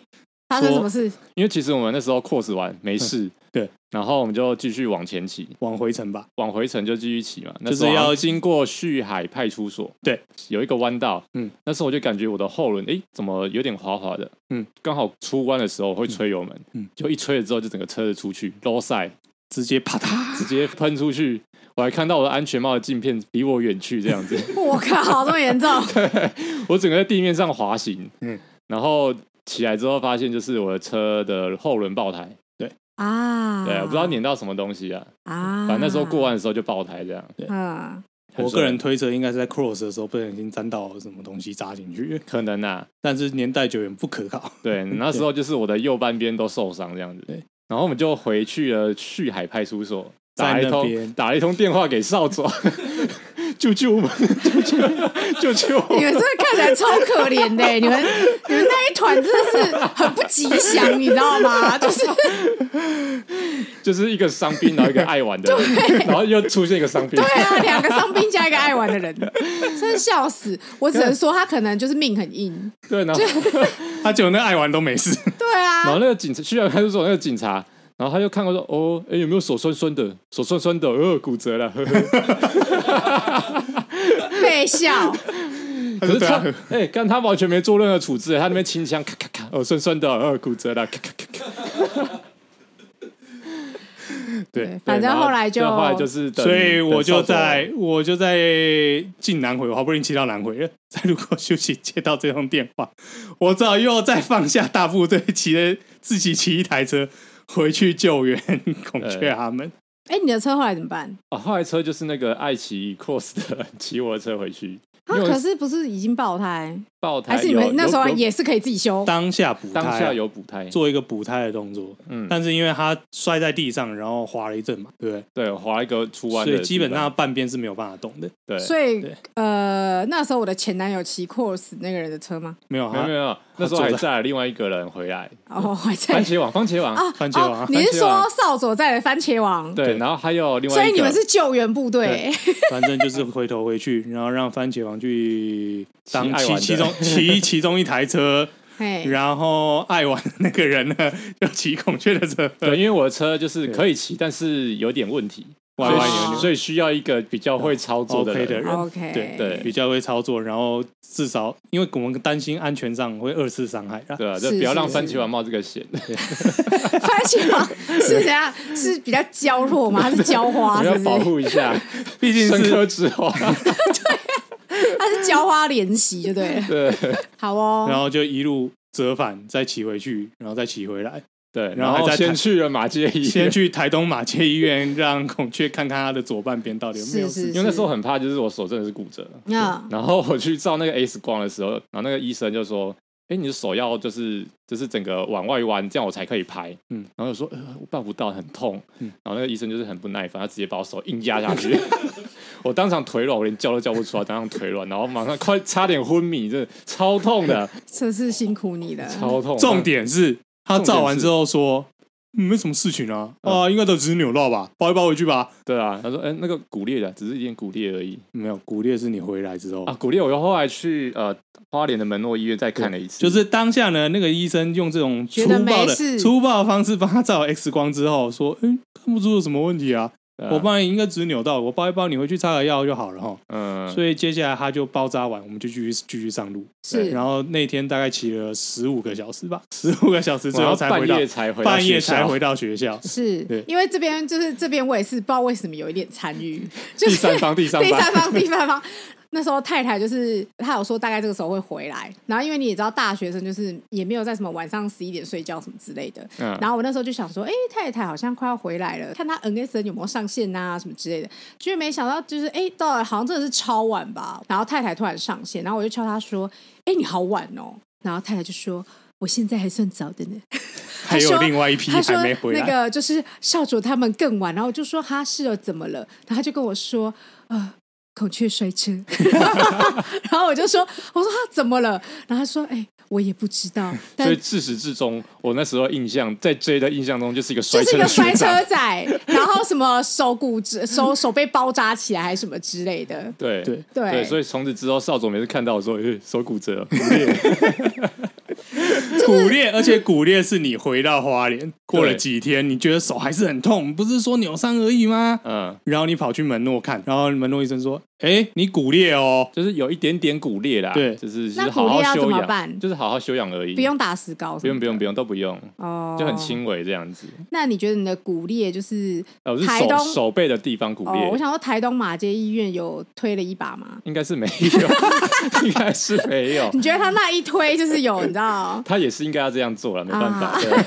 发生什么事？
因为其实我们那时候 cross 完没事，
嗯对，
然后我们就继续往前骑，
往回程吧，
往回程就继续骑嘛，那
就是
时候好像
要
经过旭海派出所，
对，
有一个弯道，
嗯
嗯，那时候我就感觉我的后轮，诶，怎么有点滑滑的，
嗯
嗯，刚好出弯的时候我会吹油门，
嗯嗯
嗯，就一吹了之后就整个车子出去 l o w side
直接啪嗒，
直接喷出去， 我还看到我的安全帽的镜片离我远去，这样子，
我靠，这么严重！
我整个在地面上滑行，
嗯
嗯，然后起来之后发现就是我的车的后轮爆胎，
啊，
对，我不知道碾到什么东西啊，
啊，
反正那时候过弯的时候就爆胎这样。
嗯，
很
我个人
帅
推测应该是在 cross 的时候不小心沾到什么东西扎进去，
可能啊，
但是年代久远不可靠。
对，那时候就是我的右半边都受伤这样子。
对，
然后我们就回去了旭海派出所，打
在
了一
那边
通打了一通电话给少佐， 救救我们，救救救救我
你们
们！
真的看起来超可怜的，欸你们你们那一团真的是很不吉祥，你知道吗？就是
就是一个伤兵，然后一个爱玩的 人，然后又出现一个伤兵。
对啊，两个伤兵加一个爱玩的人，真的笑死！我只能说他可能就是命很硬。
对，然后
他结果啊那爱玩都没事，
对啊，
然后那个警察旭海派出所那个警察。然后他就看过说：“哦，哎，有没有手酸酸的？手酸酸的，呃，骨 折了。呵呵
被笑，
他就
可
是对啊
他
他，
哎、但他完全没做任何处置，他那边清枪，咔咔咔，哦，酸酸的，呃，骨折了，咔咔咔咔。
对，
对
反正
然
后来就
对后来就是等，
所以我
等
就
少佐
在我就在进南回，我好不容易骑到南回了，在路口休息，接到这通电话，我只好又再放下大部队，骑着自己骑一台车回去救援孔雀他们。
哎，你的车后来怎么办？
哦，后来车就是那个爱奇艺 cross 的 骑我的车回去，
啊，
因为
可
我
是不是已经爆胎？
爆胎
还是
有，
你们那时候
有有
也是可以自己修？
当下补胎啊、
当下有补胎，
做一个补胎的动作，
嗯，
但是因为他摔在地上，然后滑了一阵嘛，对不对？
对，划一个出弯
所
的地方，
以基本上半边是没有办法动的，
对，
所以
对
呃，那时候我的前男友骑 Course 那个人的车吗？
没有
没有
他
没有没有，那时候还载了另外一个人回来，
哦，还在
嗯番茄网，番茄网，
啊
番茄王
哦你是
番茄
说
王
少佐在的番茄王？
对，
对
然后还有另外一
所
个，
以你们是救援部队，
反正就是回头回去，然后让番茄王去 当
爱
骑
玩的
其中骑其中一台车。
嘿，
然后爱玩的那个人呢，就骑孔雀的车，
对，因为我的车就是可以骑，但是有点问题，
歪歪扭扭
哦
所以需要一个比较会操作的
哦 OK 的
人。
人，
OK，
对
对
比较会操作，然后至少因为我们担心安全上会二次伤害啊。
对啊，就是不要让
是
番
是
茄丸冒这个险。
番茄吗？是怎 样？是比较娇弱吗？它是娇
我
花？啊
们
是
要
不
保
是？
护一下，
毕竟
生
是
科之后，
它是娇花怜惜，就对了。
对
好
然
哦，
后就一路折返，再骑回去，然后再骑回 来，
对，
然
然
后
后
再
先
谈
去了马街医院，
先去台东马街医院让孔雀看看他的左半边到底有没有
是是
事。
因为那时候很怕，就是我手真的是骨折，
那
然后我去照那个 X 光的时候，然后那个医生就说：“哎、你的手要就是就是整个往外弯，这样我才可以拍。”
嗯
嗯，然后就说：“呃，我办不到，很痛。”
嗯
然后那个医生就是很不耐烦，他直接把我手硬压下 去，我当场腿软，我连叫都叫不出来，当场腿软，然后马上快差点昏迷，真的超 痛的，
这是辛苦你了。
超痛。
重点是他
重点
照完
是
之后说。嗯没什么事情啊，
嗯
啊，应该都只是扭到吧，包一包回去吧。
对啊，他说：“哎、那个骨裂的，只是一点骨裂而已
没有，骨裂是你回来之后
啊。”骨裂，我又后来去呃花莲的门诺医院再看了一次，
就是当下呢，那个医生用这种粗
觉得
暴
没
的
事
粗暴的方式帮他照 X 光之后，说：“嗯，看不出有什么问题啊，
对啊
我帮你应该只是扭到，我包一包，你回去擦个药就好了哈。”
嗯，
所以接下来他就包扎完，我们就继续继续上路。
是。
然后那天大概骑了十五个小时吧，十五个小时最
我
后
要
才
半
回到
夜才回到
半夜
学校
才 回到学校
是
对
因为这边就是这边，我也是不知道为什么有一点参与，就
第
是
三方第三
第
方
三方，第三方。 那时候太太就是她有说大概这个时候会回来，然后因为你也知道大学生就是也没有在什么晚上十一点睡觉什么之类的，
嗯
然后我那时候就想说，哎、太太好像快要回来了，看她 NSN 有没有上线啊什么之类的，就没想到就是哎、到了好像真的是超晚吧，然后太太突然上线，然后我就敲她说，哎、你好晚哦，然后太太就说。我现在还算早的呢，
还有
她说
另外一批
他说
还没回来
那个就是少主他们更晚，然后我就说哈是哦怎么了？然后他就跟我说呃孔雀摔车， 然后我就说我说他怎么了？然后他说哎、我也不知道，但
所以自始至终，我那时候印象在 J 的印象中就是一个摔
就是
车
一个
的学
摔
长
车仔，然后什么手骨 折、手手被包扎起来还是什么之类的。
对
对
对
对，所以从此之后，少佐每次看到我说、欸、手骨折，
骨裂，而且骨裂是你回到花莲过了几天，你觉得手还是很痛，不是说扭伤而已吗？
嗯，
然后你跑去门诺看，然后门诺医生说：“哎，你骨裂 哦。
就是有一点点骨裂啦，
对
就是就
那
是好
骨
好
裂要
休
怎么
养，
办
就是好好休养而已，
不用打石膏，
不用不用不用都不用，
哦，
就很。轻微这样子。
那你觉得你的骨裂就是
呃，我是
台
手
东
手背的地方骨
哦？我
裂，
想说台东马街医院有推了一把吗？
应该是没有， 应该是没有，？
你觉得他那一推就是有，你知道
他也是应该要这样做了，没办法
啊，
对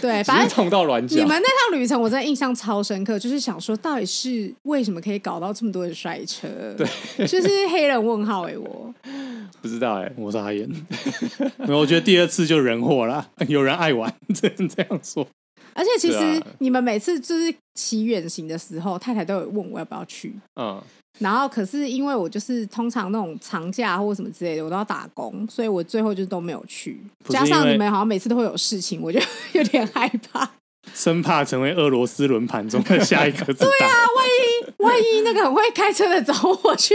对，
只
反
是
正
痛到软脚
你。们那趟旅程我真的印象超深刻，就是想说到底是为什么可以搞到这么多人摔车？对，就是黑人问号哎、我
不知道哎、”
我傻眼， 没有，我觉得第二次就人祸啦， 有人爱玩，只能这样说。
而且其
对
实
啊
你们每次就是骑远行的时候，太太都有问我要不要去。
嗯，
然后可是因为我就是通常那种长假或什么之类的，我都要打工，所以我最后就都没有去。
不是
加上
因为
你们好像每次都会有事情，我就 有点害怕。
生怕成为俄罗斯轮盘中的下一颗 子弹。
啊
万一那个很会开车的找我去，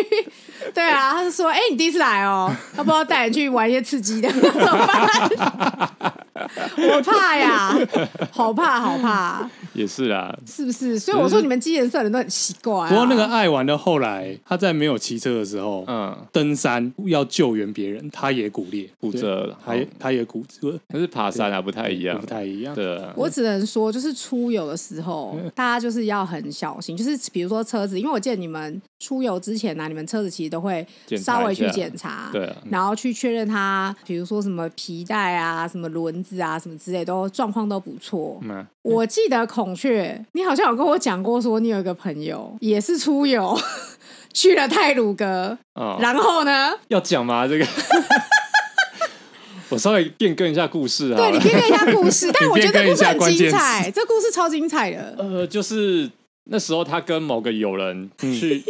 对啊，他就说：“哎、你第一次来哦，要不要带你去玩一些刺激的？” 怎么办？我怕呀，好怕好怕，
也是啦，
是不是？所以我说你们基颜色的人都很奇怪、啊。
不过那个爱玩的后来，他在没有骑车的时候，
嗯，
登山要救援别人，他也骨裂
骨折
对
了
他也他也骨折，
但是爬山啊不太一样，
不太一样。
对啊，
我只能说，就是出游的时候，
嗯
大家就是要很小心。就是比如说车子，因为我见你们出游之前呢、啊你们车子其实都会
检查
稍微
一下
去检查，
对啊
然后去确认它，比如说什么皮带啊、什么轮子啊、什么之类，都状况都不错。
嗯，
我记得孔雀，你好像有跟我讲过，说你有一个朋友也是出游去了泰鲁阁，
哦
然后呢，
要讲吗？这个， 我稍微变更一下故事好
对你
了。
变更一下故 事，但我觉得这故事很
你变更一下关
精
键
彩，
词
这故事超精彩的。
呃，就是那时候他跟某个友人去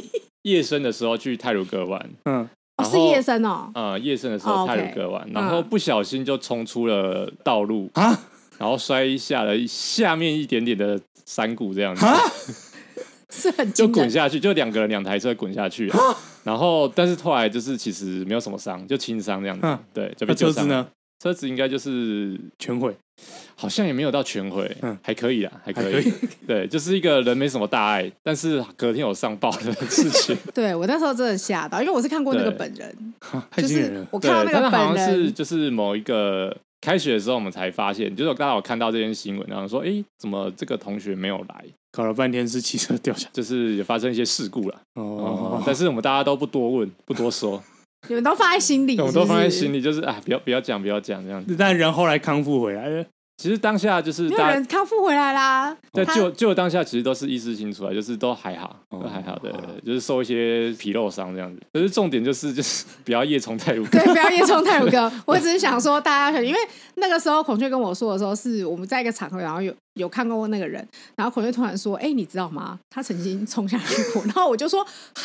夜深的时候去泰鲁阁玩，
嗯，
哦，
然
是
后
夜深哦，
呃，夜深的时
哦
候
，OK
泰鲁阁玩，然后
嗯
不小心就冲出了道路，
啊，
然后摔下了下面一点点的山谷这样子。
是很
就
精彩
滚。下去，就两个人两台车滚下去啊、然后，但是后来就是其实没有什么伤，就轻伤这样子。
嗯
对，就
那
被救
车子
上来
呢？？
车子应该就是
全毁，
好像也没有到全毁，
嗯
还可以啦，还
还
可以。
可以
对，就是一个人没什么大碍，但是隔天有上报的事情。
对我那时候真的吓到，因为我是看过那个
对
本人，
啊太
就
惊人
是
了。
我
对，
看到那个
但是好
本
像是
人，
就是某一个开学的时候，我们才发现，就是刚好看到这篇新闻，然后说，哎、怎么这个同学没有来？
搞了半天是汽车掉下来
就是也发生一些事故了。哦
哦，，
但是我们大家都不多问，不多说，
你们都放在心里，
我们都放在心
里。
里，就是啊，不要不要讲，不要讲这样子。
但人后来康复回来了，
其实当下就是
没有
大家
人康复回来啦，
在
他
救救的当下，其实都是意识清楚啊，就是都还好，
哦
都还好的
好，
就是受一些皮肉伤这样子。可是重点就是就是 不要夜冲太无
对，不要夜冲太鲁哥。我只是想说，大家可能因为那个时候孔雀跟我说的时候，是我们在一个场合，然后有有看过那个人，然后孔雀突然说：“哎、你知道吗？他曾经冲下去过。” 然后我就说：“哈！”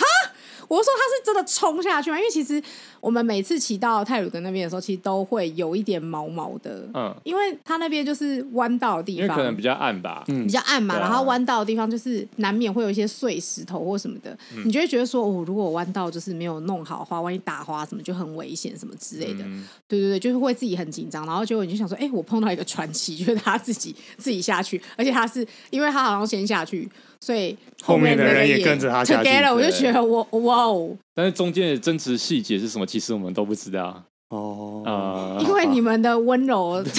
我说他是真的冲下去吗？因为其实我们每次骑到泰鲁格那边的时候，其实都会有一点毛毛的，
嗯，
因为他那边就是弯道的
因
地
为可
方
能比，较暗吧。
嗯
比，较暗嘛，
对啊
然后弯道的地方就是难免会有一些碎石头或什么的，
嗯
你就会觉得说，哦，如果我弯道就是没有弄好的话，万一打滑什么就很危险什么之类的。
嗯
对对对，就是会自己很紧张，然后结果你就想说，哎、我碰到一个传奇，就是他自己 自己下去，而且他是因为他好像先下去，所以
后面的
那个
人也跟着他下去
Together，我就
对
觉得我哇哦，
但是中间的真实细节是什么，其实我们都不知道
哦，
啊，
因为你们的温柔， 对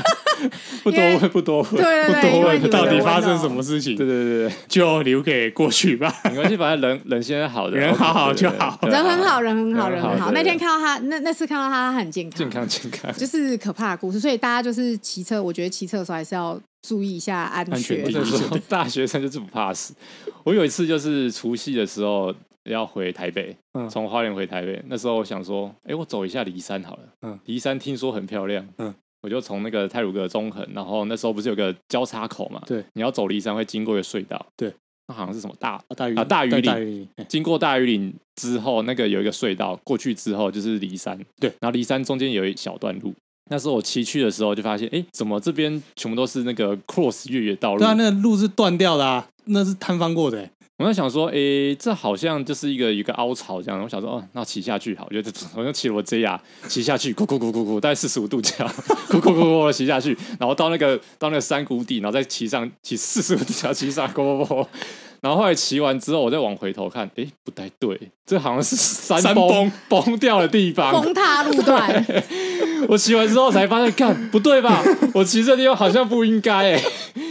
不多
因为
问，不多问，
对
不
对，因
多
为
问
你们的
到底
温
发生
柔
什么事情
对对对对，
就留给过去吧。
没关系，反正人人现在好的，
人好好就好
对对对
人很好，人很好，
人
人
很
很
嗯好
好。
对
那天看到他，那那次看到他，他很健康，
健康健康。
就是可怕的故事。所以大家就是骑车，我觉得骑车的时候还是要注意一下安
安全
全。
第 一
那时候大学生就是不怕死。我有一次就是除夕的时候要回台北
嗯，
从、花莲回台北，那时候我想说，哎、我走一下骊山好了。
嗯
骊山听说很漂亮。
嗯
我就从那个泰鲁阁中横，然后那时候不是有个交叉口嘛？
对，
你要走骊山会经过一个隧道。
对，
那好像是什么大？
大鱼嗯
啊大鱼岭
大鱼岭，
经过大榆岭之后，那个有一个隧道，过去之后就是骊山。
对，
然后骊山中间有一小段路。那时候我骑去的时候就发现，哎、怎么这边全部都是那个 cross 越野道路？
对啊，那路是断掉的啊，那是摊翻过的欸。
我在想说，诶、这好像就是一个一个凹槽这样。我想说，哦，那骑下去好，我就我就骑我 JR 骑下去，咕咕咕咕咕，大概四十五度角，咕咕咕咕地骑下去，然后到那个到那个山谷底，然后再骑上骑四十五度角骑上，咕咕咕。然后后来骑完之后，我再往回头看，诶、不太对，这好像是山
山
崩崩掉的地方。
崩塌路段，
我骑完之后才发现，看不对吧？我骑这地方好像不应该、诶，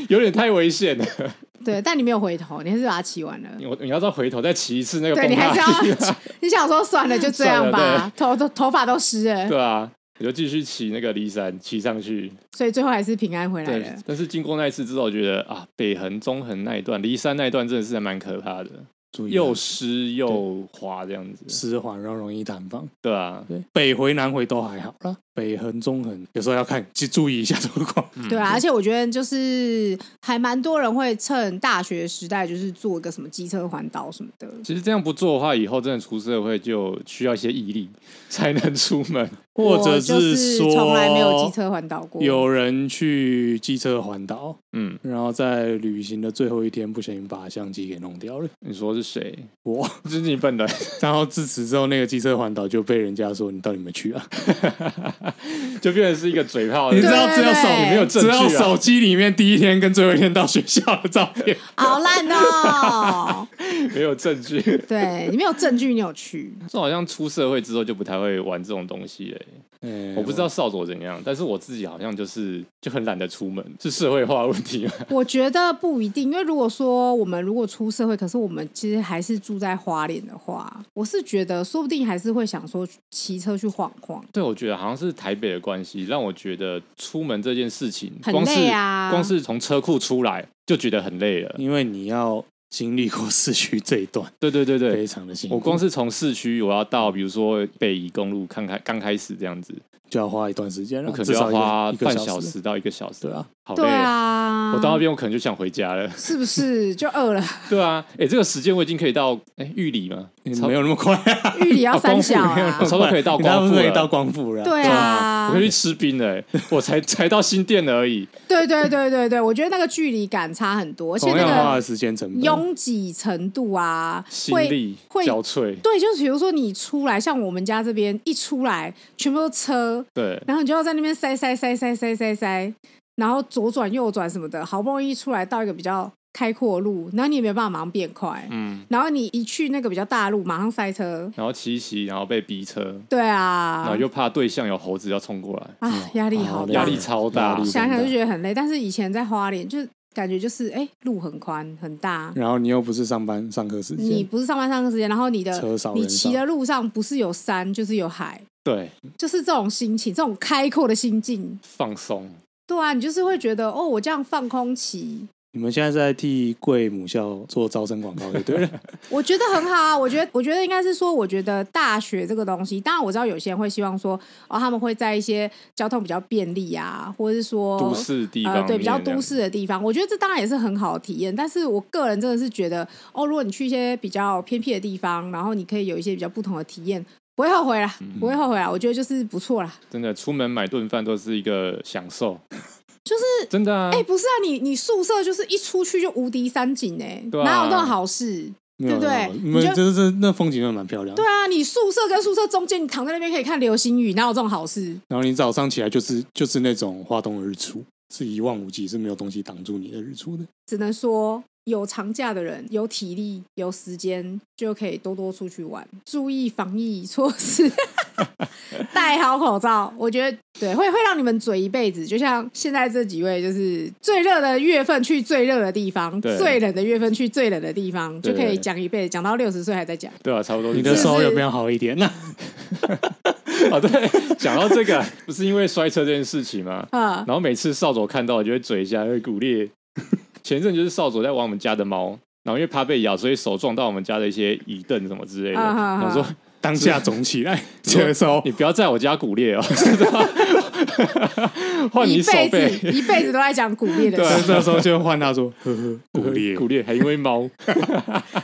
有点太危险了。
对，但你没有回头，你还是把它骑完了。
我你要再回头再骑一次那个
对
崩
你还
塌
是
的地方
要。，你想说算了，就这样
算
吧
了，
头头头发都湿了，
对啊，我就继续骑那个骊山，骑上去。
所以最后还是平安回来
对
了。，
但是经过那一次之后，我觉得啊，北横、中横那一段，骊山那一段真的是还蛮可怕的，
注意啊
又湿又滑这样子。
湿滑，然后容易摊翻。
对啊，
对，北回南回都还好啦，北横中横有时候要看，去注意一下状况。
对啊，而且我觉得就是还蛮多人会趁大学时代，就是做一个什么机车环岛什么的。
其实这样不做的话，以后真的出社会就需要一些毅力才能出门。
或者
我就是
说，
从来没有机车环岛过，
有人去机车环岛，
嗯，
然后在旅行的最后一天不小心把相机给弄掉了。
你说是谁？
我，
就是你本人，
然后自此之后，那个机车环岛就被人家说你到底有没有去啊？
就变成是一个嘴炮
哦
的。
你知道
对啊
只有手
对
你没有
只
证据
有
啊
手机里面第一天跟最后一天到学校的照 片。
好烂哦、
没有证据， 这
对你没有证据，你有去，
好像出社会之后就不太会玩这种东西嘞、
哎
我不知道少佐怎样，但是我自己好像就是就很懒得出门，是社会化问题吗？
我觉得不一定，因为如果说我们如果出社会，可是我们其实还是住在花莲的话，我是觉得说不定还是会想说骑车去晃晃。
对，我觉得好像是台北的关系，让我觉得出门这件事情
很
光
累
是、
啊
光是从车库出来就觉得很累了。
因为你要经历过市区这一段，
对对对
非
对，
常的辛苦。
我光是从市区我要到比如说北宜公路看开刚开始这样子，
就要花一段时间了，
我可能
啊至
就
少
要
一个
花
一个
半小
时。
时到一个小时，
对啊，
好累
对
了。
啊，
哦我到那边我可能就想回家了。
是不是就饿了？
对啊，哎、这个时间我已经可以到哎玉里吗？
你
差不多
没有那么快啊，
玉里要三小
哦光复没有
啊
我，差不多可以 到
你大
光
部分
复
可以
了。
到光复了。
对
对
啊，啊
我可以去吃冰的、欸，我才才到新店而已。
对对对对对，我觉得那个距离感差很多，而且
同
那
样花的
个
时间成本。
拥挤程度啊，
心
会
力
会
憔悴，
对，就是比如说你出来，像我们家这边一出来全部都车，
对，
然后你就要在那边塞塞塞塞塞塞塞，然后左转右转什么的，好不容易出来到一个比较开阔的路，然后你也没有办法马上变快，
嗯，
然后你一去那个比较大的路，马上塞车，
然后骑一骑，然后被逼车，
对
然
啊
后，又怕对象有猴子要冲过来，
啊，压力好
压
大，
力超
哦
大
压力
想想就觉得很累。但是以前在花莲，就是感觉就是哎、路很宽很大，
然后你又不是上班上课时
你
间，
不是上班上课时间，然后你的
车少
你
人少
骑，的路上不是有山就是有海，
对，
就是这种心情，这种开阔的心境。
放松，
对啊，你就是会觉得哦，我这样放空骑，
你们现在是在替贵母校做招生广告，对不对？
我觉得很好啊。我觉得，我觉得应该是说，我觉得大学这个东西，当然我知道有些人会希望说，哦，他们会在一些交通比较便利啊，或者是说
都市地方
呃，对，比较
面这
都
样
市的地方，我觉得这当然也是很好的体验。但是我个人真的是觉得，哦，如果你去一些比较偏僻的地方，然后你可以有一些比较不同的体验，不会后悔啦，
嗯
不会后悔啦。我觉得就是不错啦。
真的出门买顿饭都是一个享受，
就是
真的啊，
哎、不是啊，你你宿舍就是一出去就无敌山景哎、
对啊
哪有那种好事？
没
对
有
不对
没有你
你
们
就
这这那风景真的蛮漂亮的
对。啊，你宿舍跟宿舍中间，你躺在那边可以看流星雨，哪有这种好事？
然后你早上起来就是就是那种花东的日出，是一望无际，是没有东西挡住你的日出的。
只能说有长假的人，有体力、有时间，就可以多多出去玩，注意防疫措施， 戴好口罩。我觉得对，会会让你们嘴一辈子。就像现在这几位，就是最热的月份去最热的地方，
对
最冷的月份去最冷的地方，
对
就可以讲一辈子，讲到六十岁还在讲。
对啊，差不多是
你的
是
这样
手有没有好一点？那
啊，对， 讲到这个，不是因为摔车这件事情吗？
啊、
然后每次少佐看到，我就会嘴一下，会鼓励。 前一阵就是少佐在玩我们家的猫，然后因为怕被咬，所以手撞到我们家的一些椅凳什么之类的。
啊哈哈
想说
当下肿起来，接受
你不要在我家 骨裂哦， 换你
一
手
辈
背。
子一辈子都在讲鼓励的
对啊
事，
这时候就换他说呵呵鼓励
骨裂还因为猫，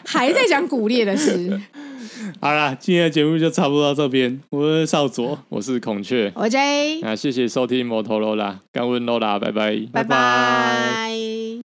还在讲鼓励的事。
好啦，今天的节目就差不多到这边。我是少佐，
我是孔雀。
我 J，
那谢谢收听摩托罗拉，干温罗拉，拜拜。
拜拜。